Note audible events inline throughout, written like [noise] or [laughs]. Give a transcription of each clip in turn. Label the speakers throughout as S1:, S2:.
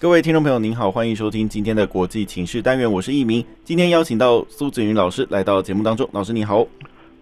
S1: 各位听众朋友，您好，欢迎收听今天的国际情势单元，我是易明。今天邀请到苏子云老师来到节目当中，老师你好，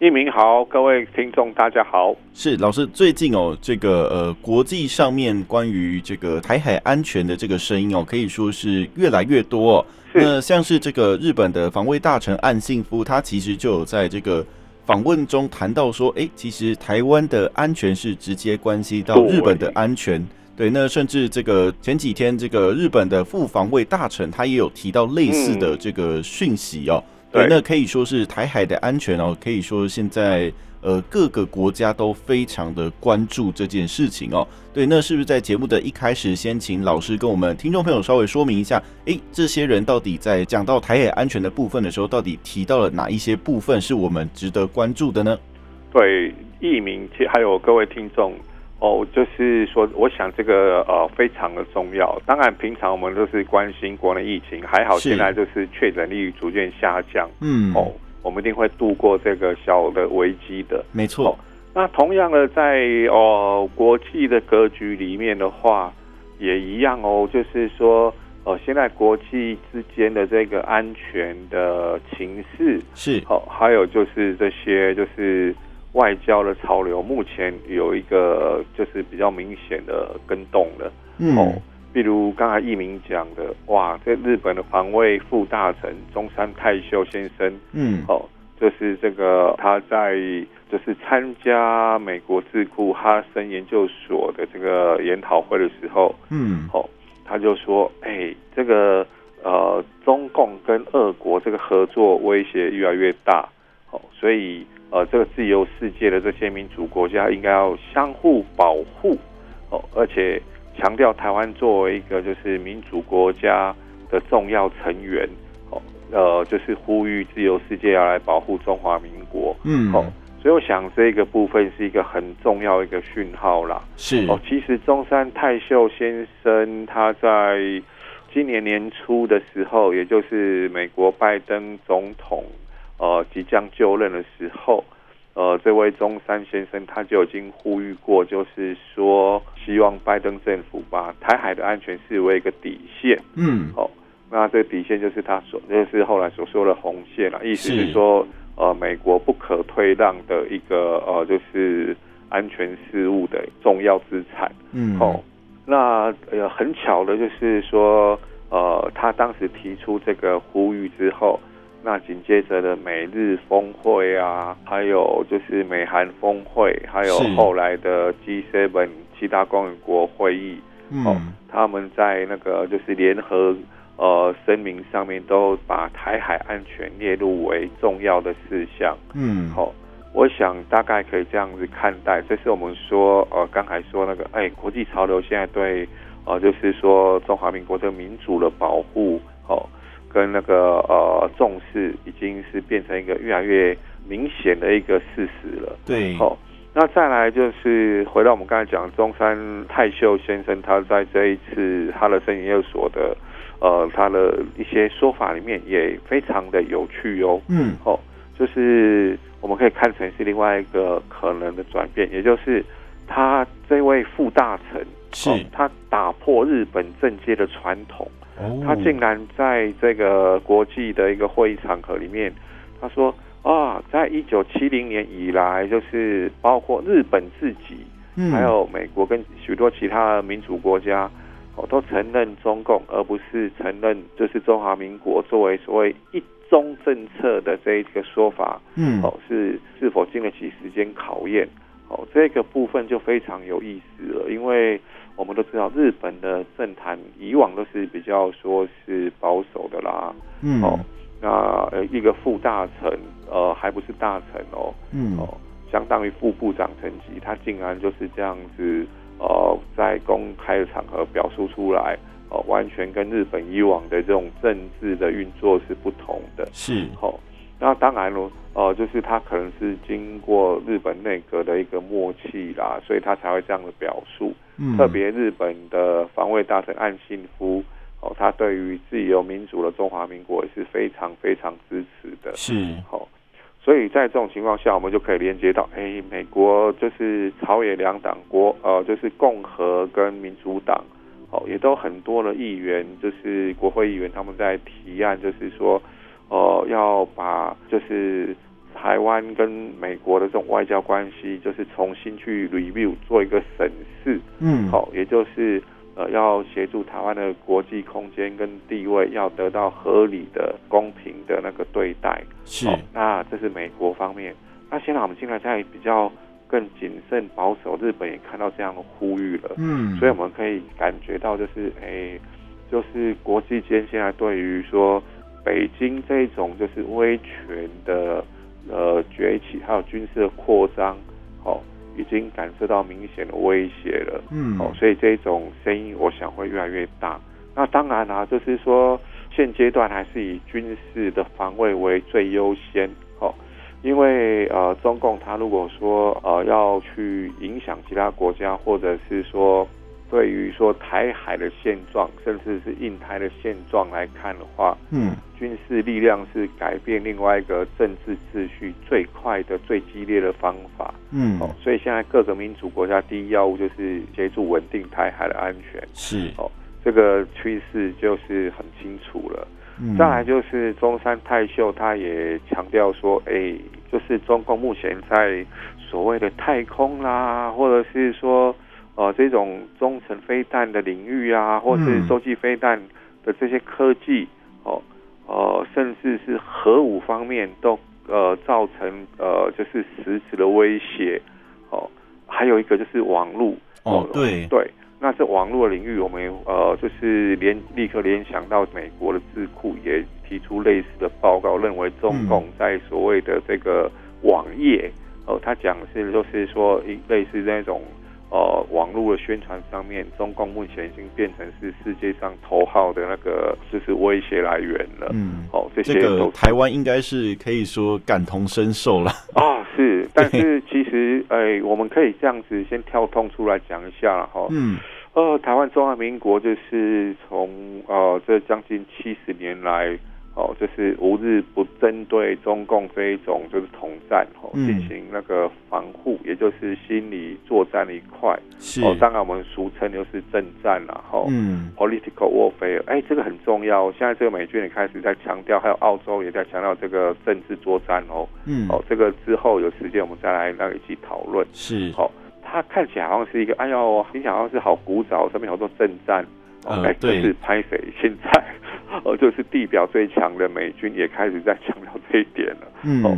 S2: 一鸣好，各位听众大家好。
S1: 是老师。最近哦，这个呃，国际上面关于这个台海安全的这个声音哦，可以说是越来越多、哦。
S2: 是
S1: 那像是这个日本的防卫大臣岸信夫，他其实就有在这个呃访问中谈到说，诶，其实台湾的安全是直接关系到
S2: 对
S1: 日本的安全。对，那甚至这个前几天这个日本的副防卫大臣他也有提到类似的
S2: 嗯
S1: 这个讯息哦。对，
S2: 对
S1: 那可以说是台海的安全哦，可以说现在呃各个国家都非常的关注这件事情哦。对，那是不是在节目的一开始，先请老师跟我们听众朋友稍微说明一下，诶，这些人到底在讲到台海安全的部分的时候，到底提到了哪一些部分是我们值得关注的呢？
S2: 对，一鸣其还有各位听众哦，就是说，我想这个呃非常的重要。当然，平常我们都是关心国内疫情，还好
S1: 是
S2: 现在就是确诊率逐渐下降
S1: 嗯，
S2: 哦，，我们一定会度过这个小的危机的。
S1: 没错
S2: 哦，那同样的在，哦国际的格局里面的话，也一样哦，就是说，呃，现在国际之间的这个安全的情势，
S1: 是
S2: 哦，还有就是这些就是外交的潮流，目前有一个就是比较明显的跟动了。
S1: 嗯，
S2: 哦比如刚才一鸣讲的，哇，这日本的防卫副大臣中山泰秀先生，
S1: 嗯，
S2: 哦，就是这个他在就是参加美国智库哈森研究所的这个研讨会的时候，
S1: 嗯，
S2: 哦，他就说，哎，这个呃，中共跟俄国这个合作威胁越来越大，哦，所以呃，这个自由世界的这些民主国家应该要相互保护，哦，而且强调台湾作为一个就是民主国家的重要成员，哦，呃，就是呼吁自由世界要来保护中华民国，
S1: 嗯，
S2: 哦，所以我想这个部分是一个很重要的一个讯号啦。
S1: 是，
S2: 哦，其实中山泰秀先生他在今年年初的时候，也就是美国拜登总统呃即将就任的时候，呃，这位中山先生他就已经呼吁过，就是说希望拜登政府把台海的安全视为一个底线。
S1: 嗯，
S2: 哦，那这个底线就是他所，就是后来所说的红线了，意思
S1: 是
S2: 是说，呃，美国不可退让的一个呃，就是安全事务的重要资产。
S1: 嗯，
S2: 哦，，那呃，很巧的就是说，呃，他当时提出这个呼吁之后。那紧接着的美日峰会啊，还有就是美韩峰会，还有
S1: 是
S2: 后来的 G7 七大公民国会议，哦
S1: 嗯，，
S2: 他们在那个就是联合呃声明上面都把台海安全列入为重要的事项。
S1: 嗯，
S2: 哦，我想大概可以这样子看待，这是我们说呃刚才说那个哎国际潮流现在对呃就是说中华民国这个民主的保护哦跟那个呃重视已经是变成一个越来越明显的一个事实了。
S1: 对，
S2: 哦，那再来就是回到我们刚才讲中山泰秀先生，他在这一次哈勒森研究所的呃他的一些说法里面也非常的有趣哦。
S1: 嗯，
S2: 哦，就是我们可以看成是另外一个可能的转变，也就是他这位副大臣哦
S1: 是，
S2: 他打破日本政界的传统。
S1: 哦
S2: 他竟然在这个国际的一个会议场合里面，他说啊，在一九七零年以来，就是包括日本自己，
S1: 嗯
S2: 还有美国跟许多其他的民主国家，哦，都承认中共，而不是承认就是中华民国作为所谓一中政策的这一个说法，
S1: 嗯
S2: 哦，是是否经得起时间考验？哦，这个部分就非常有意思了，因为我们都知道日本的政坛以往都是比较说是保守的啦。
S1: 嗯
S2: 哦，那呃一个副大臣，呃还不是大臣哦，
S1: 嗯
S2: 哦，相当于副部长层级，他竟然就是这样子，呃，在公开的场合表述出来，哦，完全跟日本以往的这种政治的运作是不同的。
S1: 是
S2: 好、那当然了，呃，就是他可能是经过日本内阁的一个默契啦，所以他才会这样的表述。
S1: 嗯
S2: 特别日本的防卫大臣岸信夫，哦，他对于自由民主的中华民国也是非常非常支持的。
S1: 是
S2: 好、所以在这种情况下，我们就可以连接到，哎、美国就是朝野两党国，呃，就是共和跟民主党，哦，也都很多的议员，就是国会议员，他们在提案，就是说，呃，要把就是台湾跟美国的这种外交关系，就是重新去 review 做一个审视，
S1: 嗯
S2: 好、也就是呃要协助台湾的国际空间跟地位要得到合理的、公平的那个对待。
S1: 是
S2: 哦，那这是美国方面。那现在我们进来在比较更谨慎保守，日本也看到这样的呼吁了，
S1: 嗯，
S2: 所以我们可以感觉到就是诶、就是国际间现在对于说北京这种就是威权的呃崛起，还有军事的扩张，哦，已经感受到明显的威胁了。
S1: 嗯
S2: 哦，所以这种声音我想会越来越大。那当然啦、就是说现阶段还是以军事的防卫为最优先哦，因为呃，中共他如果说呃要去影响其他国家，或者是说对于说台海的现状，甚至是印台的现状来看的话，
S1: 嗯
S2: 军事力量是改变另外一个政治秩序最快的、最激烈的方法。
S1: 嗯
S2: 哦，所以现在各个民主国家第一要务就是协助稳定台海的安全，
S1: 是，
S2: 这个趋势就是很清楚了。
S1: 嗯
S2: 再来就是中山泰秀，他也强调说，哎、就是中共目前在所谓的太空啦，或者是说呃这种中程飞弹的领域啊，或是
S1: 嗯
S2: 洲际飞弹的这些科技，哦呃，甚至是核武方面都呃造成呃就是实质的威胁，哦，还有一个就是网络，
S1: 哦对
S2: 对，那这网络领域，我们呃就是联立刻联想到美国的智库也提出类似的报告，认为
S1: 嗯
S2: 中共在所谓的这个网页，哦、他讲是就是说一类似那种呃网络的宣传上面，中共目前已经变成是世界上头号的那个就是威胁来源了。
S1: 嗯。
S2: 哦，这
S1: 这
S2: 些都
S1: 个台湾应该是可以说感同身受了，
S2: 哦，是，
S1: [laughs]
S2: 但是其实，哎、我们可以这样子先跳通出来讲一下了哈。
S1: 嗯
S2: 呃，台湾中华民国就是从呃这将近七十年来，哦，就是无日不针对中共这一种就是统战哦，
S1: 嗯
S2: 进行那个防护，也就是心理作战的一块。
S1: 是，
S2: 哦，当然我们俗称就是政战了哈。
S1: 嗯
S2: Political warfare，哎，这个很重要。现在这个美军也开始在强调，还有澳洲也在强调这个政治作战哦。
S1: 嗯
S2: 哦，这个之后有时间我们再来那个一起讨论。
S1: 是
S2: 好、它看起来好像是一个，哎呦，你想好像是好古早，上面好多正战，哦
S1: 嗯，
S2: 哎、
S1: 对
S2: 就是拍谁？现在， [laughs] 哦，就是地表最强的美军也开始在强调这一点了。
S1: 嗯
S2: 哦，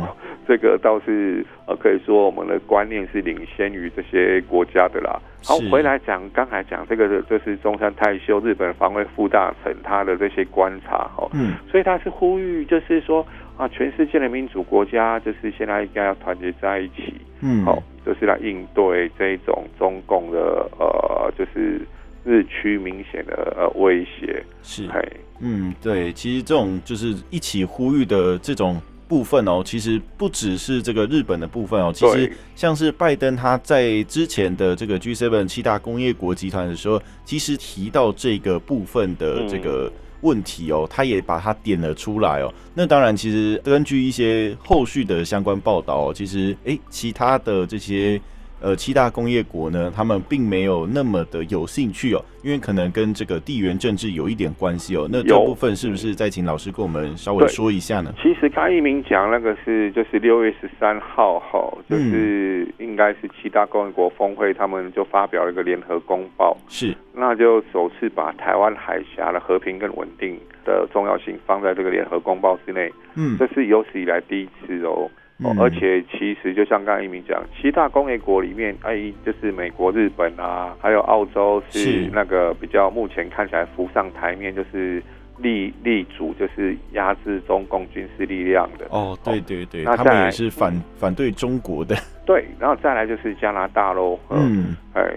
S2: 这个倒是呃，可以说我们的观念是领先于这些国家的啦。好
S1: 是，
S2: 回来讲刚才讲这个，就是中山泰秀日本防卫副大臣他的这些观察，哦，
S1: 嗯
S2: 所以他是呼吁，就是说啊，全世界的民主国家，就是现在应该要团结在一起，
S1: 嗯
S2: 好、就是来应对这种中共的呃，就是日趋明显的呃威胁。
S1: 是
S2: 嘿，
S1: 嗯，对，其实这种就是一起呼吁的这种部分哦，其实不只是这个日本的部分哦，其实
S2: 对
S1: 像是拜登他在之前的这个 G7 七大工业国集团的时候，其实提到这个部分
S2: 嗯
S1: 的这个。问题哦，他也把它点了出来哦。那当然，其实根据一些后续的相关报道、哦，其实诶，其他的这些呃七大工业国呢，他们并没有那么的有兴趣哦，因为可能跟这个地缘政治有一点关系哦。那这
S2: 有
S1: 部分是不是再请老师跟我们稍微
S2: 对
S1: 说一下呢？
S2: 其实刚一鸣讲那个是就是六月十三号哈、
S1: 嗯
S2: 就是应该是七大工业国峰会，他们就发表了一个联合公报，
S1: 是，
S2: 那就首次把台湾海峡的和平跟稳定的重要性放在这个联合公报之内。
S1: 嗯
S2: 这是有史以来第一次哦。哦
S1: 嗯，
S2: 而且其实就像刚才一鸣讲，七大工业国里面，哎，就是美国、日本啊，还有澳洲
S1: 是
S2: 是那个比较目前看起来浮上台面，就是力力主就是压制中共军事力量的。
S1: 哦，对对对，
S2: 那
S1: 他
S2: 再
S1: 们也
S2: 来
S1: 是反反对中国的，
S2: 对，然后再来就是加拿大喽。呃，
S1: 嗯
S2: 哎，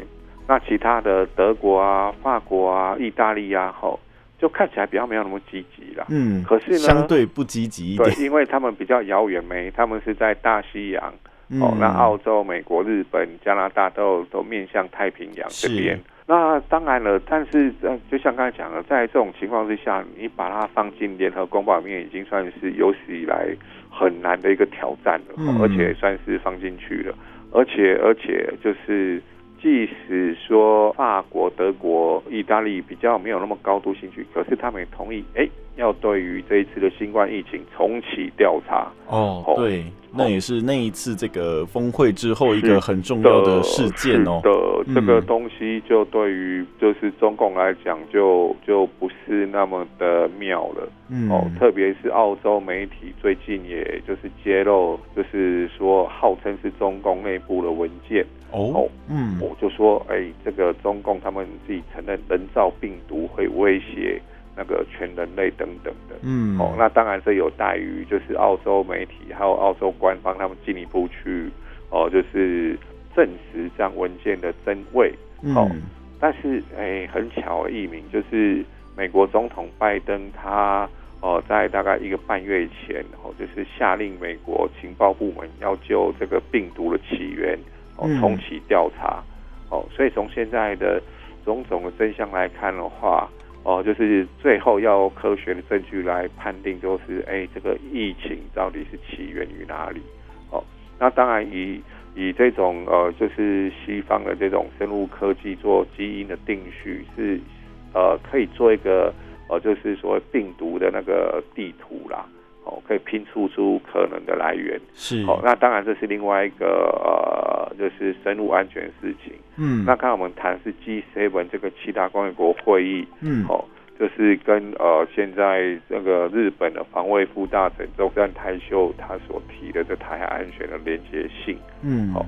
S2: 那其他的德国啊、法国啊、意大利啊，吼、就看起来比较没有那么积极啦。
S1: 嗯，
S2: 可是呢
S1: 相对不积极一
S2: 对，
S1: 点。
S2: 因为他们比较遥远没，他们是在大西洋哦
S1: 嗯，
S2: 那澳洲、美国、日本、加拿大都都面向太平洋这
S1: 是
S2: 边。那当然了，但是呃，就像刚才讲的，在这种情况之下，你把它放进联合公报里面，已经算是有史以来很难的一个挑战了，
S1: 嗯
S2: 而且算是放进去了，而且而且就是。即使说法国、德国、意大利比较没有那么高度兴趣，可是他们也同意，哎，要对于这一次的新冠疫情重启调查。
S1: 哦
S2: 哦，
S1: 对，那也是那一次这个峰会之后一
S2: 是
S1: 个
S2: 的
S1: 很重要的事件哦。
S2: 是的，这个
S1: 嗯
S2: 东西就对于就是中共来讲就，就不是那么的妙了、
S1: 嗯，
S2: 哦。特别是澳洲媒体最近也就是揭露，就是说号称是中共内部的文件，
S1: 哦
S2: 哦，
S1: 嗯，
S2: 我就说，哎、这个中共他们自己承认人造病毒会威胁那个全人类等等的。
S1: 嗯，
S2: 哦，那当然这有待于就是澳洲媒体还有澳洲官方他们进一步去哦，就是证实这样文件的真伪。哦
S1: 嗯
S2: 但是哎，很巧的一名就是美国总统拜登他哦，在大概一个半月前哦，就是下令美国情报部门要就这个病毒的起源哦
S1: 嗯
S2: 重启调查哦，所以从现在的种种的真相来看的话。哦，就是最后要有科学的证据来判定，就是哎，这个疫情到底是起源于哪里？哦，那当然以以这种呃，就是西方的这种生物科技做基因的定序是呃，可以做一个呃，就是所谓病毒的那个地图啦，哦，可以拼凑出可能的来源。
S1: 是，
S2: 哦，那当然这是另外一个呃，就是生物安全的事情。
S1: 嗯，
S2: 那刚才我们谈是 G7 这个七大工业国会议，
S1: 嗯，
S2: 哦，就是跟呃现在这个日本的防卫副大臣中山泰秀他所提的这台海安全的连结性。
S1: 嗯，
S2: 好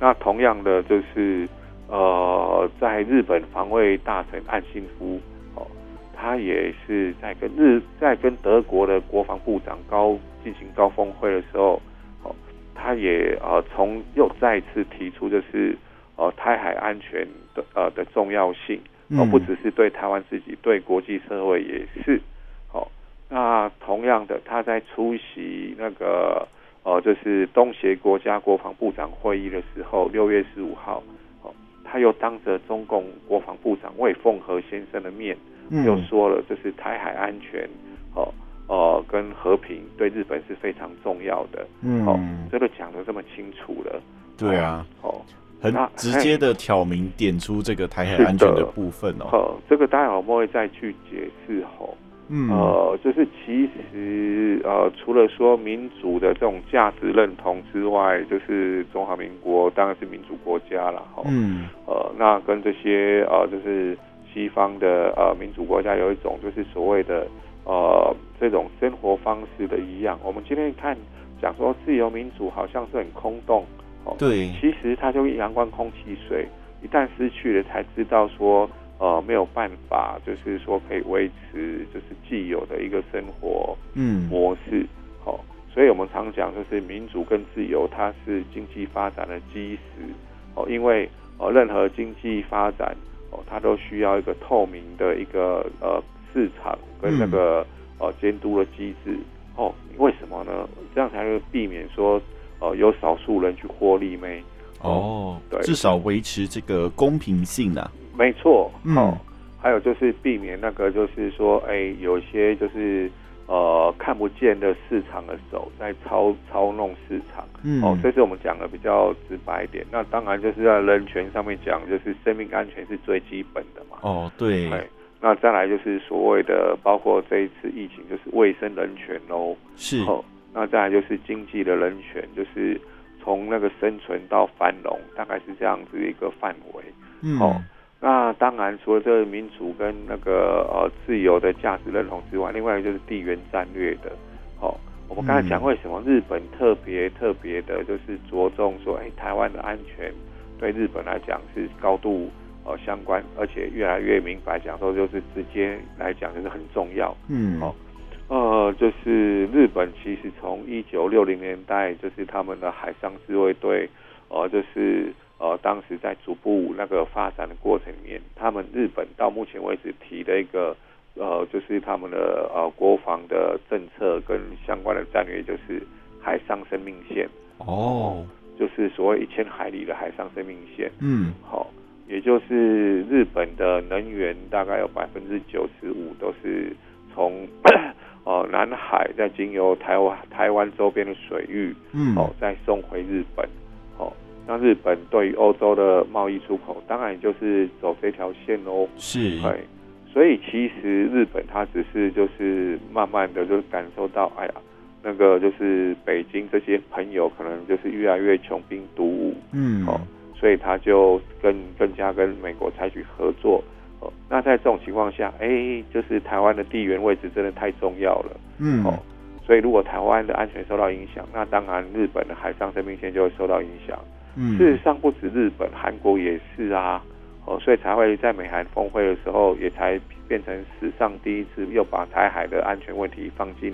S2: 那同样的就是呃，在日本防卫大臣岸信夫哦，他也是在跟日在跟德国的国防部长高进行高峰会的时候，哦，他也呃从又再次提出就是呃台海安全的呃的重要性。哦，
S1: 嗯
S2: 不只是对台湾自己，对国际社会也是。哦，那同样的，他在出席那个呃，就是东协国家国防部长会议的时候，六月十五号，哦，他又当着中共国防部长魏凤和先生的面，
S1: 嗯
S2: 又说了，就是台海安全，哦。呃，跟和平对日本是非常重要的，哦
S1: 嗯，，
S2: 这都讲得这么清楚了，
S1: 对啊，
S2: 哦，
S1: 很
S2: 那
S1: 直接的挑明点出这个台海安全的部分哦。
S2: 呃，这个待会我们会再去解释哦吼、
S1: 嗯，
S2: 呃，就是其实呃，除了说民主的这种价值认同之外，就是中华民国当然是民主国家了，哈、
S1: 嗯，
S2: 呃，那跟这些呃，就是西方的呃民主国家有一种就是所谓的呃这种生活方式的一样。我们今天看讲说自由民主好像是很空洞，哦，
S1: 对，
S2: 其实它就是阳光、空气、水，一旦失去了，才知道说，呃，没有办法，就是说可以维持就是既有的一个生活
S1: 嗯，
S2: 模式。好、所以我们常讲就是民主跟自由，它是经济发展的基石。哦，因为哦，任何经济发展哦，它都需要一个透明的一个呃市场跟那个、呃监督的机制。哦，为什么呢？这样才能避免说呃有少数人去获利没？
S1: 哦，
S2: 对
S1: 至少维持这个公平性啊。
S2: 没错，
S1: 嗯
S2: 哦，还有就是避免那个，就是说，哎、有些就是呃看不见的市场的手在操操弄市场，
S1: 嗯，
S2: 哦，这是我们讲的比较直白一点。那当然就是在人权上面讲，就是生命安全是最基本的嘛，
S1: 哦，对，
S2: 哎那再来就是所谓的，包括这一次疫情，就是卫生人权喽，
S1: 是，
S2: 哦，那再来就是经济的人权，就是从那个生存到繁荣，大概是这样子一个范围。
S1: 嗯，
S2: 哦那当然，除了这个民主跟那个呃自由的价值认同之外，另外一个就是地缘战略的。哦，我们刚才讲
S1: 嗯
S2: 为什么日本特别特别的，就是着重说，哎，台湾的安全对日本来讲是高度呃相关，而且越来越明白讲说，就是直接来讲就是很重要。
S1: 嗯，
S2: 哦呃，就是日本其实从一九六零年代，就是他们的海上自卫队，呃，就是呃，当时在逐步那个发展的过程里面，他们日本到目前为止提的一个呃，就是他们的呃国防的政策跟相关的战略，就是海上生命线，
S1: 哦，
S2: 就是所谓一千海里的海上生命线。
S1: 嗯，
S2: 好、也就是日本的能源大概有百分之九十五都是从哦南海再经由台湾台湾周边的水域
S1: 嗯，
S2: 哦，再送回日本。哦，那日本对于欧洲的贸易出口，当然就是走这条线喽。
S1: 是，
S2: 对，所以其实日本它只是就是慢慢的就是感受到，哎呀，那个就是北京这些朋友可能就是越来越穷兵黩武，
S1: 嗯，
S2: 哦，所以他就更更加跟美国采取合作。哦，那在这种情况下，哎，就是台湾的地缘位置真的太重要了。
S1: 嗯，
S2: 哦，所以如果台湾的安全受到影响，那当然日本的海上生命线就会受到影响。
S1: 嗯，
S2: 事实上，不止日本，韩国也是啊。哦，所以才会在美韩峰会的时候，也才变成史上第一次又把台海的安全问题放进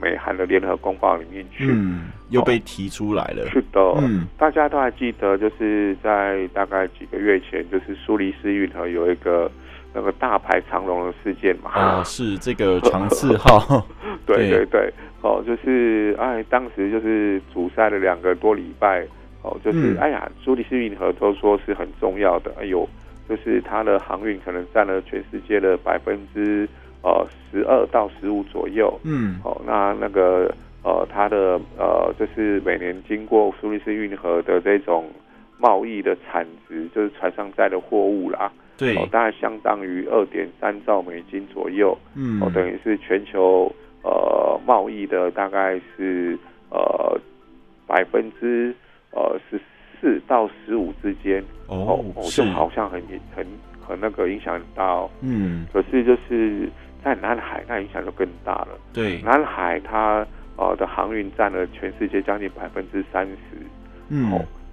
S2: 美韩的联合公报里面去。
S1: 嗯，又被提出来了，
S2: 是的，
S1: 嗯，
S2: 大家都还记得，就是在大概几个月前，就是苏黎世运河有一个那个大排长龙的事件嘛。
S1: 哦，是这个长次号，
S2: [laughs] 对
S1: 对
S2: 对对，哦，就是哎，当时就是阻塞了两个多礼拜，哦，就是、
S1: 嗯
S2: 哎呀，苏黎世运河都说是很重要的，哎呦，就是它的航运可能占了全世界的百分之呃十二到十五左右，
S1: [laughs] 嗯，
S2: 哦，那那个呃，它的呃，就是每年经过苏黎世运河的这种贸易的产值，就是船上载的货物啦，
S1: 对
S2: 哦，，大概相当于二点三兆美金左右。
S1: 嗯，
S2: 哦，等于是全球呃贸易的大概是呃百分之呃十四到十五之间
S1: 哦，，
S2: 就是好像很很很那个影响很大哦。
S1: 嗯，
S2: 可是就是在南海，那影响就更大了。
S1: 对，
S2: 南海它呃的航运占了全世界将近百分之三十，
S1: 嗯，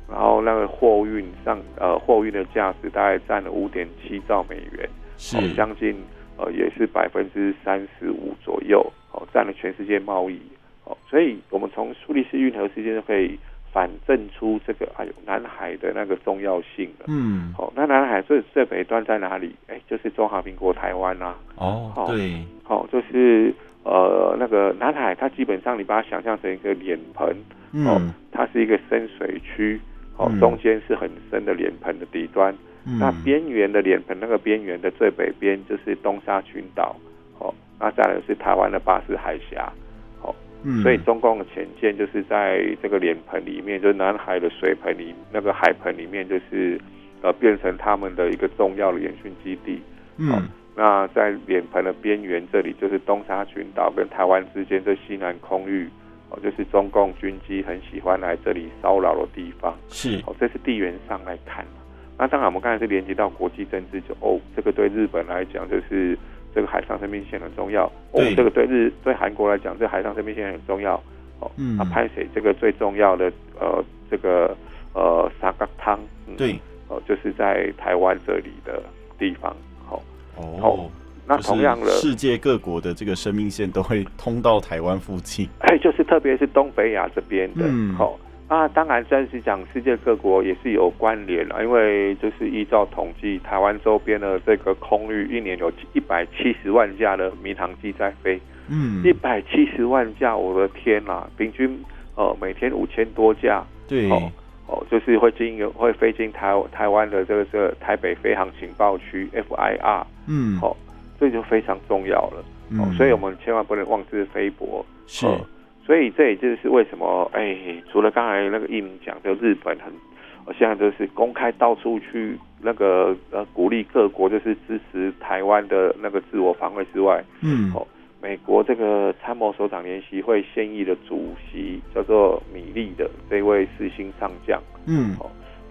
S2: 然后那个货运上呃货运的价值大概占了五点七兆美元。
S1: 是
S2: 哦，将近呃也是百分之三十五左右，哦，占了全世界贸易，哦，所以我们从苏黎世运河事件就可以反证出这个哎呦南海的那个重要性了。
S1: 嗯，
S2: 哦，那南海最最北端在哪里？哎，就是中华民国台湾啊啦、
S1: 哦，对，
S2: 好、哦，就是呃那个南海，它基本上你把它想象成一个脸盆，
S1: 嗯，
S2: 它是一个深水区，哦
S1: 嗯，
S2: 中间是很深的脸盆的底端，那
S1: 嗯，
S2: 边缘的脸盆那个边缘的最北边就是东沙群岛，哦，那再来是台湾的巴士海峡，
S1: 嗯，
S2: 所以中共的前舰就是在这个脸盆里面，就是南海的水盆里那个海盆里面，就是呃变成他们的一个重要的演训基地。
S1: 嗯，
S2: 那在脸盆的边缘这里，就是东沙群岛跟台湾之间这西南空域，哦，就是中共军机很喜欢来这里骚扰的地方。
S1: 是，
S2: 哦，这是地缘上来看嘛那当然，我们刚才是连接到国际政治，就哦，这个对日本来讲就是这个海上生命线很重要，哦
S1: 对，
S2: 这个对日对韩国来讲，这海上生命线很重要，哦，
S1: 嗯
S2: 那拍谁这个最重要的呃这个呃沙嘎汤，嗯，
S1: 对，
S2: 哦，就是在台湾这里的地方，好、哦，
S1: 哦，
S2: 那同样的，
S1: 世界各国的这个生命线都会通到台湾附近，
S2: 哎， [laughs] 就是特别是东北亚这边的，
S1: 嗯
S2: 好、啊，当然，暂时讲世界各国也是有关联了，因为就是依照统计，台湾周边的这个空域一年有一百七十万架的民航机在飞，
S1: 嗯
S2: 一，百七十万架，我的天呐、平均呃每天五千多架
S1: 对，
S2: 哦，就是会经会飞进台台湾的这个这个台北飞航情报区 FIR，
S1: 嗯，
S2: 哦，这就非常重要了，哦，所以我们千万不能妄自菲薄，
S1: 是，
S2: 呃所以这也就是为什么，哎，除了刚才那个艺明讲的日本很，呃现在就是公开到处去那个呃鼓励各国就是支持台湾的那个自我防卫之外，
S1: 嗯，
S2: 哦，美国这个参谋首长联席会现役的主席叫做米利的这位四星上将，
S1: 嗯，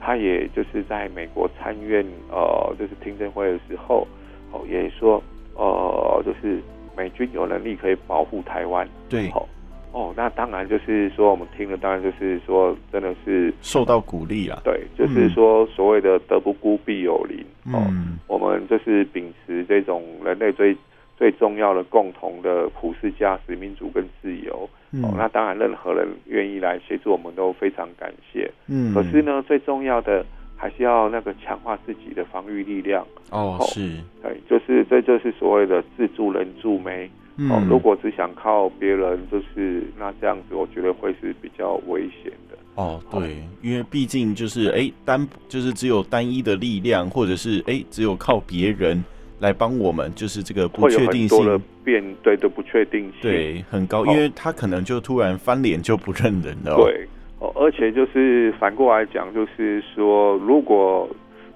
S2: 他也就是在美国参院呃就是听证会的时候，哦也说呃就是美军有能力可以保护台湾。
S1: 对，
S2: 好哦，那当然就是说，我们听了，当然就是说，真的是
S1: 受到鼓励啊啦，
S2: 对，就是说所谓的德不孤必有邻哦。
S1: 嗯，
S2: 我们就是秉持这种人类最最重要的共同的普世价值、民主跟自由。
S1: 嗯
S2: 哦，那当然，任何人愿意来协助我们都非常感谢。
S1: 嗯，
S2: 可是呢，最重要的还是要那个强化自己的防御力量。
S1: 哦，是，
S2: 对，就是这就是所谓的自助人助媒。
S1: 嗯
S2: 哦，如果只想靠别人，就是那这样子，我觉得会是比较危险的。
S1: 哦，对，因为毕竟就是哎、单就是只有单一的力量，或者是哎、只有靠别人来帮我们，就是这个不
S2: 会有
S1: 确
S2: 很
S1: 定
S2: 多的
S1: 性，
S2: 变对的不确定性。
S1: 对，很高，
S2: 哦
S1: 因为他可能就突然翻脸就不认人了、哦。，
S2: 对，哦，而且就是反过来讲，就是说，如果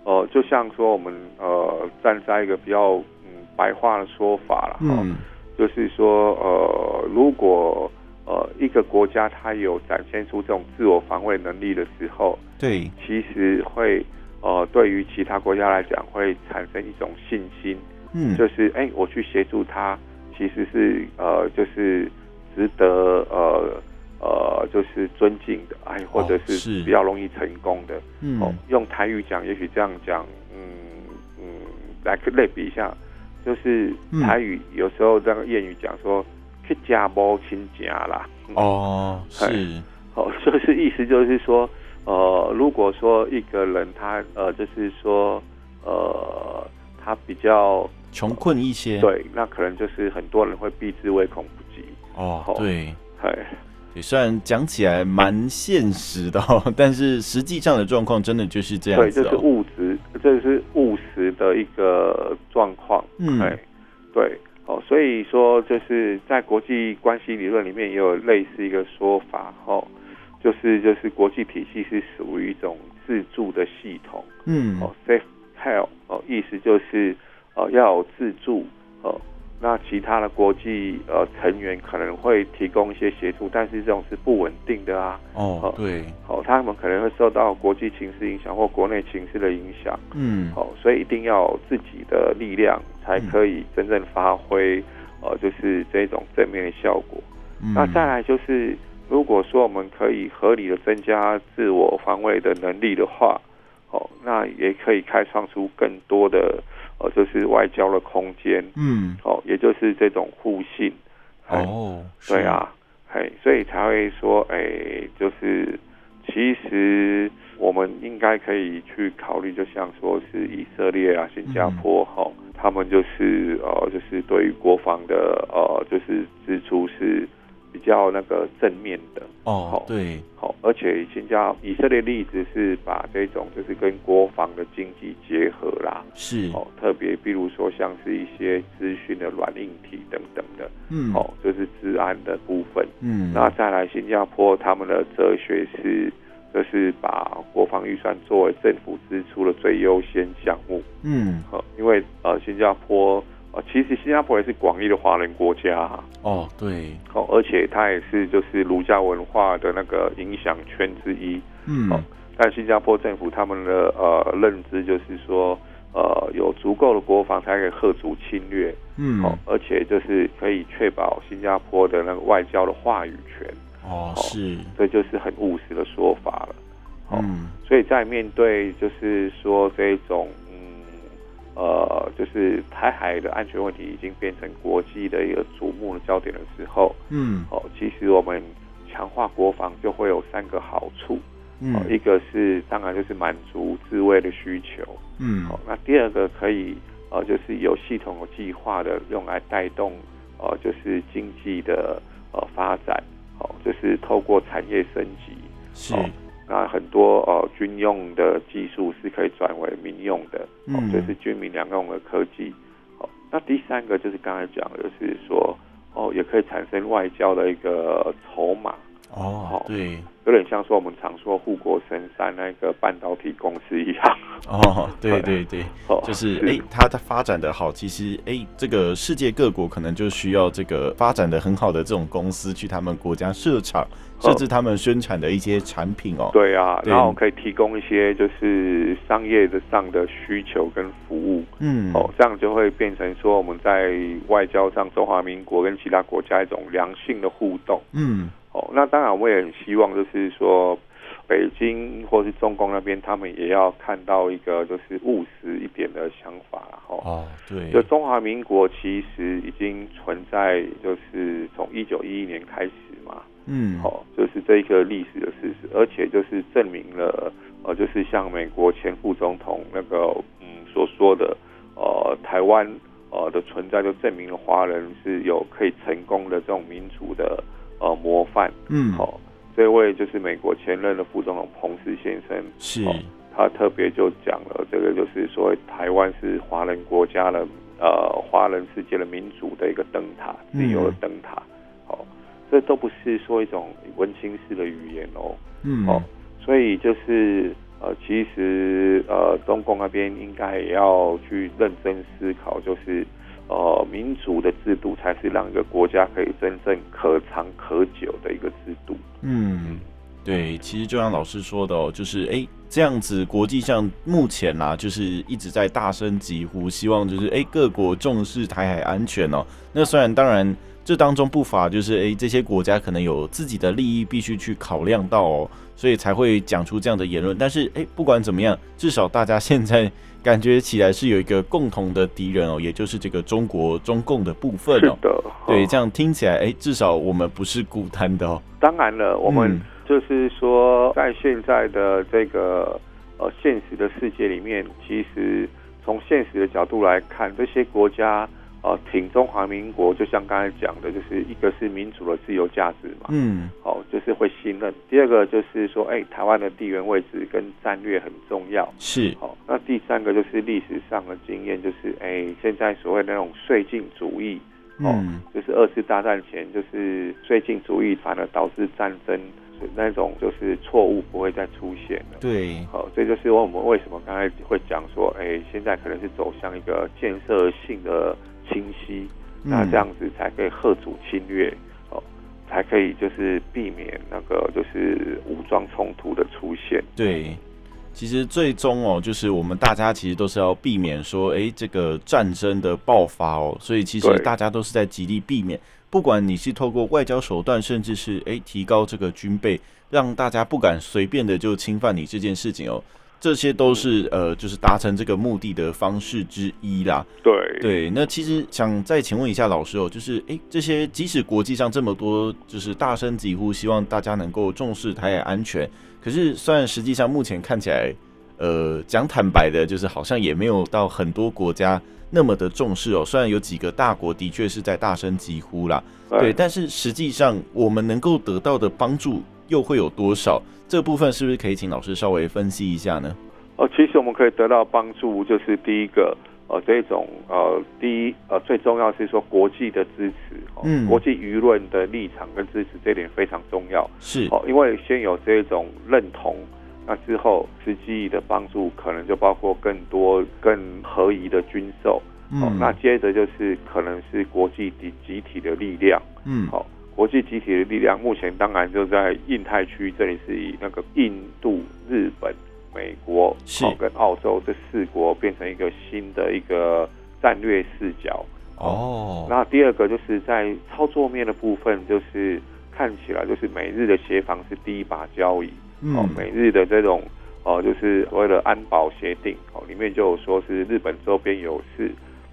S2: 呃，就像说我们呃，站在一个比较嗯白话的说法了，哦，
S1: 嗯，
S2: 就是说呃，如果呃一个国家它有展现出这种自我防卫能力的时候，
S1: 对，
S2: 其实会呃对于其他国家来讲会产生一种信心，
S1: 嗯，
S2: 就是哎、我去协助他，其实是呃，就是值得呃呃，就是尊敬的，哎，或者
S1: 哦是
S2: 是比较容易成功的。
S1: 嗯，
S2: 哦，用台语讲，也许这样讲，嗯嗯，来类比一下，就是
S1: 嗯
S2: 台语有时候那个谚语讲说“去家无亲家”啦。嗯
S1: 哦，
S2: 哎
S1: 是，
S2: 哦， [laughs] 就是意思就是说，呃，如果说一个人他呃，就是说呃，他比较
S1: 穷困一些，，
S2: 对，那可能就是很多人会避之唯恐不及。
S1: 哦
S2: 哦，
S1: 对。
S2: 哎，
S1: 对，虽然讲起来蛮现实的、哦， [laughs] 但是实际上的状况真的就是这样
S2: 对，
S1: 子
S2: 这
S1: 哦。
S2: 是务实，这是务实的一个状况。
S1: 嗯
S2: 哎，对，哦，所以说就是在国际关系理论里面也有类似一个说法，哦，就是就是国际体系是属于一种自助的系统。
S1: 嗯，
S2: 哦，safe help 哦，意思就是呃要有自助哦。那其他的国际呃成员可能会提供一些协助，但是这种是不稳定的啊。
S1: 哦
S2: 哦，
S1: 对，
S2: 哦，他们可能会受到国际情势影响或国内情势的影响。
S1: 嗯，
S2: 哦，所以一定要有自己的力量，才可以真正发挥呃就是这种正面的效果。
S1: 嗯
S2: 那再来就是，如果说我们可以合理的增加自我防卫的能力的话，哦，那也可以开创出更多的呃，就是外交的空间，
S1: 嗯，
S2: 哦，也就是这种互信。哎，
S1: 哦，是
S2: 对，啊，哎，所以才会说，哎，就是其实我们应该可以去考虑，就像说是以色列啊、新加坡哈、
S1: 嗯
S2: 吼他们就是呃，就是对于国防的呃，就是支出是比较那个正面的。
S1: 哦
S2: 好，
S1: 对，
S2: 好，而且新加以色列例子是把这种就是跟国防的经济结合啦，
S1: 是，
S2: 哦，特别比如说像是一些资讯的软硬体等等的，
S1: 嗯，
S2: 哦，就是治安的部分。
S1: 嗯，
S2: 那再来，新加坡他们的哲学是，就是把国防预算作为政府支出的最优先项目。
S1: 嗯，
S2: 呃，因为呃，新加坡呃，其实新加坡也是广义的华人国家啊，
S1: 哦，对，
S2: 哦，而且它也是就是儒家文化的那个影响圈之一。
S1: 嗯
S2: 好，但新加坡政府他们的呃认知就是说，呃，有足够的国防才可以遏阻侵略，
S1: 嗯，
S2: 哦，而且就是可以确保新加坡的那个外交的话语权。
S1: 哦，
S2: 好
S1: 是，
S2: 这就是很务实的说法了。好、
S1: 嗯，
S2: 所以在面对就是说这种嗯呃，就是台海的安全问题已经变成国际的一个瞩目的焦点的时候，
S1: 嗯，
S2: 哦，其实我们强化国防就会有三个好处。哦，一
S1: 嗯，
S2: 个是当然就是满足自卫的需求，
S1: 嗯
S2: 哦，，那第二个可以呃，就是有系统、有计划的用来带动呃，就是经济的呃发展，哦，就是透过产业升级，
S1: 是，
S2: 哦那很多呃军用的技术是可以转为民用的，哦
S1: 嗯，
S2: 就是军民两用的科技，哦，那第三个就是刚才讲的，就是说哦，也可以产生外交的一个筹码，
S1: 哦
S2: 好，
S1: 对，
S2: 有点像说我们常说护国神山那个半导体公司一样，
S1: 哦，对对对，
S2: 哦，
S1: [laughs] 就是哎、它它发展的好，其实哎、这个世界各国可能就需要这个发展的很好的这种公司去他们国家设厂，设置他们生产的一些产品哦。
S2: 对啊，
S1: 对
S2: 然后可以提供一些就是商业的上的需求跟服务，
S1: 嗯，
S2: 哦，这样就会变成说我们在外交上中华民国跟其他国家一种良性的互动。
S1: 嗯，
S2: 哦，那当然我也很希望就是说，北京或是中共那边他们也要看到一个就是务实一点的想法啦，哦。
S1: 哦，对，
S2: 就中华民国其实已经存在，就是从一九一一年开始嘛，
S1: 嗯，
S2: 哦，就是这一个历史的事实，而且就是证明了，呃，就是像美国前副总统那个嗯所说的，呃，台台湾呃的存在就证明了华人是有可以成功的这种民主的呃模范。
S1: 嗯，
S2: 好、这位就是美国前任的副总统彭斯先生，
S1: 是，
S2: 好他特别就讲了这个就是所谓台湾是华人国家的呃华人世界的民主的一个灯塔，
S1: 嗯
S2: 自由的灯塔。好、这都不是说一种文青式的语言哦。
S1: 嗯，
S2: 好所以就是呃，其实呃，中共那边应该也要去认真思考，就是呃，民主的制度才是让一个国家可以真正可长可久的一个制度。
S1: 嗯，对，其实就像老师说的哦，就是哎、诶这样子国际上目前啦、就是一直在大声疾呼，希望就是哎、诶各国重视台海安全哦。那虽然当然这当中不乏就是哎、诶这些国家可能有自己的利益必须去考量到哦，所以才会讲出这样的言论。但是哎、诶不管怎么样，至少大家现在感觉起来是有一个共同的敌人哦，也就是这个中国中共的部分
S2: 是
S1: 哦。
S2: 的，
S1: 对，
S2: 嗯
S1: 这样听起来，哎、至少我们不是孤单的哦。
S2: 当然了，我们
S1: 嗯
S2: 就是说，在现在的这个呃现实的世界里面，其实从现实的角度来看，这些国家呃挺中华民国，就像刚才讲的，就是一个是民主的自由价值嘛，
S1: 嗯，
S2: 哦，就是会信任；第二个就是说，哎，台湾的地缘位置跟战略很重要。
S1: 是，
S2: 哦，那第三个就是历史上的经验，就是哎，现在所谓的那种绥靖主义，哦
S1: 嗯，
S2: 就是二次大战前，就是绥靖主义反而导致战争，所以那种就是错误不会再出现了。
S1: 对，
S2: 好，这就是我们为什么刚才会讲说，哎、现在可能是走向一个建设性的清晰，那
S1: 嗯
S2: 这样子才可以遏阻侵略，哦，才可以就是避免那个就是武装冲突的出现。
S1: 对。其实最终哦，就是我们大家其实都是要避免说，诶，这个战争的爆发哦，所以其实
S2: 对
S1: 大家都是在极力避免，不管你是透过外交手段，甚至是诶提高这个军备，让大家不敢随便的就侵犯你这件事情哦，这些都是呃，就是达成这个目的的方式之一啦。
S2: 对，
S1: 对，那其实想再请问一下老师哦，就是诶，这些即使国际上这么多就是大声疾呼，希望大家能够重视台海安全，可是虽然实际上目前看起来，呃，讲坦白的，就是好像也没有到很多国家那么的重视哦。虽然有几个大国的确是在大声疾呼啦，
S2: 呃
S1: 对，但是实际上我们能够得到的帮助又会有多少？这部分是不是可以请老师稍微分析一下呢？
S2: 哦，其实我们可以得到帮助，就是第一个，呃，这种呃，第一呃，最重要是说国际的支持，哦、
S1: 嗯
S2: 国际舆论的立场跟支持，这点非常重要。
S1: 是，
S2: 哦，因为先有这种认同，那之后实际的帮助可能就包括更多更合宜的军售，哦
S1: 嗯，，
S2: 那接着就是可能是国际集集体的力量，
S1: 嗯，
S2: 好、国际集体的力量目前当然就在印太区，这里是以那个印度、日本、美国、
S1: 是
S2: 哦、跟澳洲这四国变成一个新的一个战略视角。
S1: 哦，
S2: 那第二个就是在操作面的部分，就是看起来就是美日的协防是第一把交椅，哦
S1: 嗯，，
S2: 美日的这种哦，就是所谓的安保协定哦，里面就有说是日本周边有事，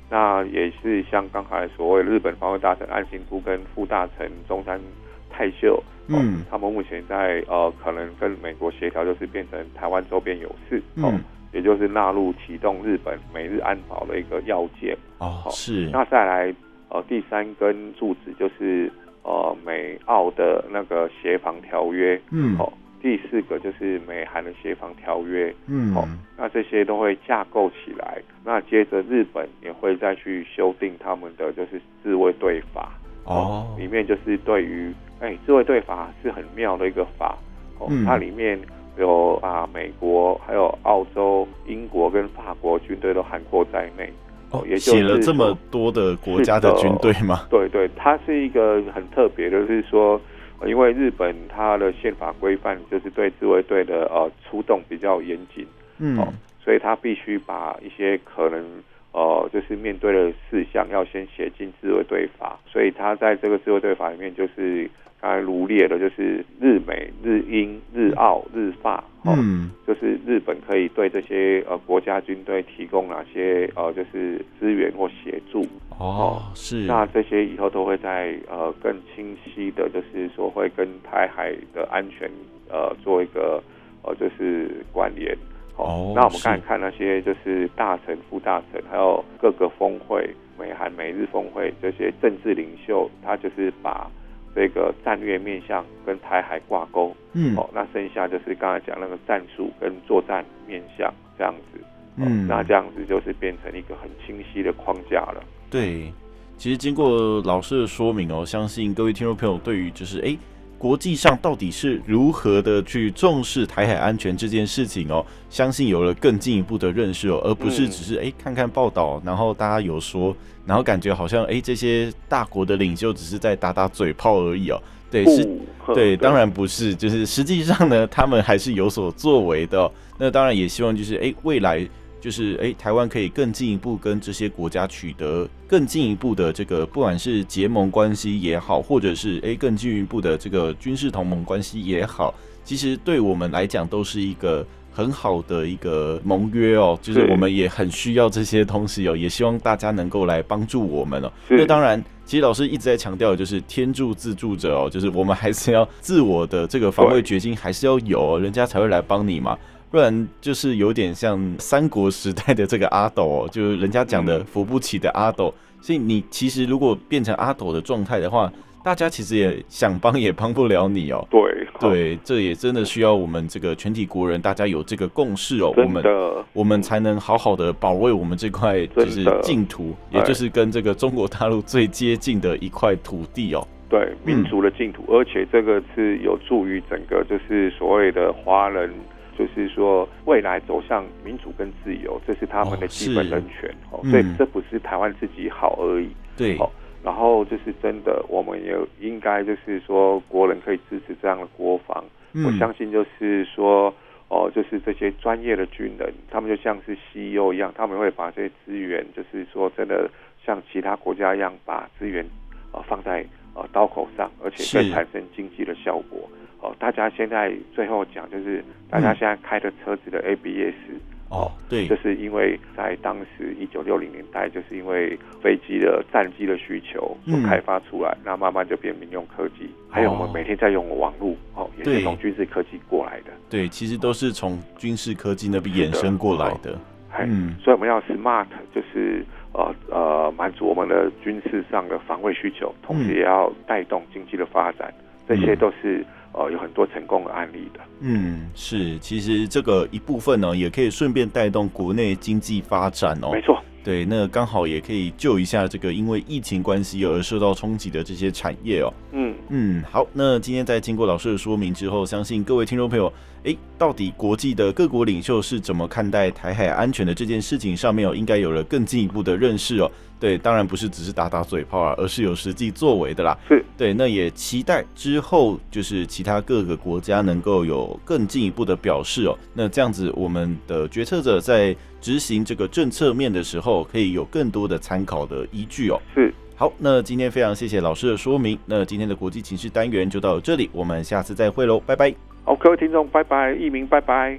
S2: 那也是像刚才所谓的日本防卫大臣岸信夫跟副大臣中山泰秀，哦、
S1: 嗯
S2: 他们目前在呃可能跟美国协调，就是变成台湾周边有事哦。
S1: 嗯
S2: 也就是纳入启动日本美日安保的一个要件。
S1: 哦
S2: 好，
S1: 是，
S2: 那再来，呃，第三根柱子就是呃美澳的那个协防条约，
S1: 嗯
S2: 哦，第四个就是美韩的协防条约，
S1: 嗯
S2: 好那这些都会架构起来。那接着日本也会再去修订他们的就是自卫队法，
S1: 哦
S2: 里面就是对于哎、自卫队法是很妙的一个法，哦，
S1: 嗯
S2: 它里面有啊美国、还有澳洲、英国跟法国军队都涵括在内。
S1: 哦，
S2: 也就
S1: 写了
S2: 是
S1: 这么
S2: 说
S1: 多的国家的军队吗？
S2: 对对，它是一个很特别的，就是说，呃因为日本它的宪法规范就是对自卫队的呃出动比较严谨，
S1: 嗯
S2: 哦所以它必须把一些可能呃就是面对的事项要先写进自卫队法，所以它在这个自卫队法里面就是刚才罗列的，就是日美、日英、日澳、日法，哦，
S1: 嗯
S2: 就是日本可以对这些呃国家军队提供哪些呃就是资源或协助，
S1: 哦是
S2: 那这些以后都会在呃更清晰的，就是说会跟台海的安全呃做一个呃就是关联。
S1: 哦
S2: 那我们刚才
S1: 是
S2: 看那些就是大臣、副大臣，还有各个峰会、美韩、美日峰会这些政治领袖，他就是把这个战略面向跟台海挂钩。
S1: 嗯
S2: 哦，那剩下就是刚才讲那个战术跟作战面向这样子。哦
S1: 嗯
S2: 那这样子就是变成一个很清晰的框架了。
S1: 对，其实经过老师的说明哦，相信各位听众朋友对于就是诶国际上到底是如何的去重视台海安全这件事情哦，相信有了更进一步的认识哦，而不是
S2: 嗯
S1: 只是诶看看报道，然后大家有说，然后感觉好像诶这些大国的领袖只是在打打嘴炮而已哦。对，是
S2: 不
S1: 对，当然不是，就是实际上呢，他们还是有所作为的哦、 [laughs] 那当然也希望就是，哎、未来就是，哎、台湾可以更进一步跟这些国家取得更进一步的这个，不管是结盟关系也好，或者是哎、更进一步的这个军事同盟关系也好，其实对我们来讲都是一个。很好的一个盟约哦，就是
S2: 对
S1: 我们也很需要这些东西哦，也希望大家能够来帮助我们哦。
S2: 是
S1: 那当然，其实老师一直在强调，的就是天助自助者哦，就是我们还是要自我的这个防卫决心还是要有哦，人家才会来帮你嘛。不然就是有点像三国时代的这个阿斗哦，就是人家讲的
S2: 嗯
S1: 扶不起的阿斗。所以你其实如果变成阿斗的状态的话，大家其实也想帮也帮不了你哦。
S2: 对
S1: 对，这也真的需要我们这个全体国人大家有这个共识哦
S2: 哦，
S1: 我
S2: 真
S1: 们
S2: 的
S1: 我们才能好好的保卫我们这块就是
S2: 真的
S1: 净土，
S2: 哎
S1: 也就是跟这个中国大陆最接近的一块土地哦。
S2: 对民族的净土，而且这个是有助于整个就是所谓的华人，就是说未来走向民主跟自由，这是他们的
S1: 哦
S2: 基本
S1: 是
S2: 人权哦。
S1: 嗯
S2: 所以这不是台湾自己好而已。
S1: 对，
S2: 好然后就是真的，我们也应该就是说，国人可以支持这样的国防。我
S1: 嗯，
S2: 相信就是说，哦，就是这些专业的军人，他们就像是 CEO 一样，他们会把这些资源，就是说真的像其他国家一样，把资源呃放在呃刀口上，而且
S1: 是
S2: 更产生经济的效果。哦，大家现在最后讲就是，大家
S1: 嗯
S2: 现在开的车子的 ABS，、
S1: 哦，对
S2: 就，是因为在当时一九六零年代，就是因为飞机的战机的需求所
S1: 嗯哦
S2: 开发出来，那慢慢就变民用科技。还有我们每天在用的网络，哦，也
S1: 对
S2: 是从军事科技过来的。
S1: 对，其实都是从军事科技那边
S2: 是的
S1: 衍生过来的。
S2: 哎，
S1: 嗯
S2: 所以我们要 smart，就是呃呃满足我们的军事上的防卫需求，同时
S1: 嗯
S2: 也要带动经济的发展，这些
S1: 嗯
S2: 都是呃有很多成功的案例的。
S1: 嗯，是，其实这个一部分呢、也可以顺便带动国内经济发展哦
S2: 没。错，
S1: 对，那刚好也可以救一下这个因为疫情关系而受到冲击的这些产业哦。
S2: 嗯，
S1: 嗯，好，那今天在经过老师的说明之后，相信各位听众朋友，诶，到底国际的各国领袖是怎么看待台海安全的这件事情上面哦，应该有了更进一步的认识哦。对，当然不是只是打打嘴炮啊，而是有实际作为的啦。
S2: 是
S1: 对，那也期待之后就是其他各个国家能够有更进一步的表示哦。那这样子，我们的决策者在执行这个政策面的时候，可以有更多的参考的依据哦。
S2: 是，
S1: 好，那今天非常谢谢老师的说明。那今天的国际情势单元就到这里，我们下次再会喽，拜拜。
S2: 好，各位听众，拜拜，一鸣，拜拜。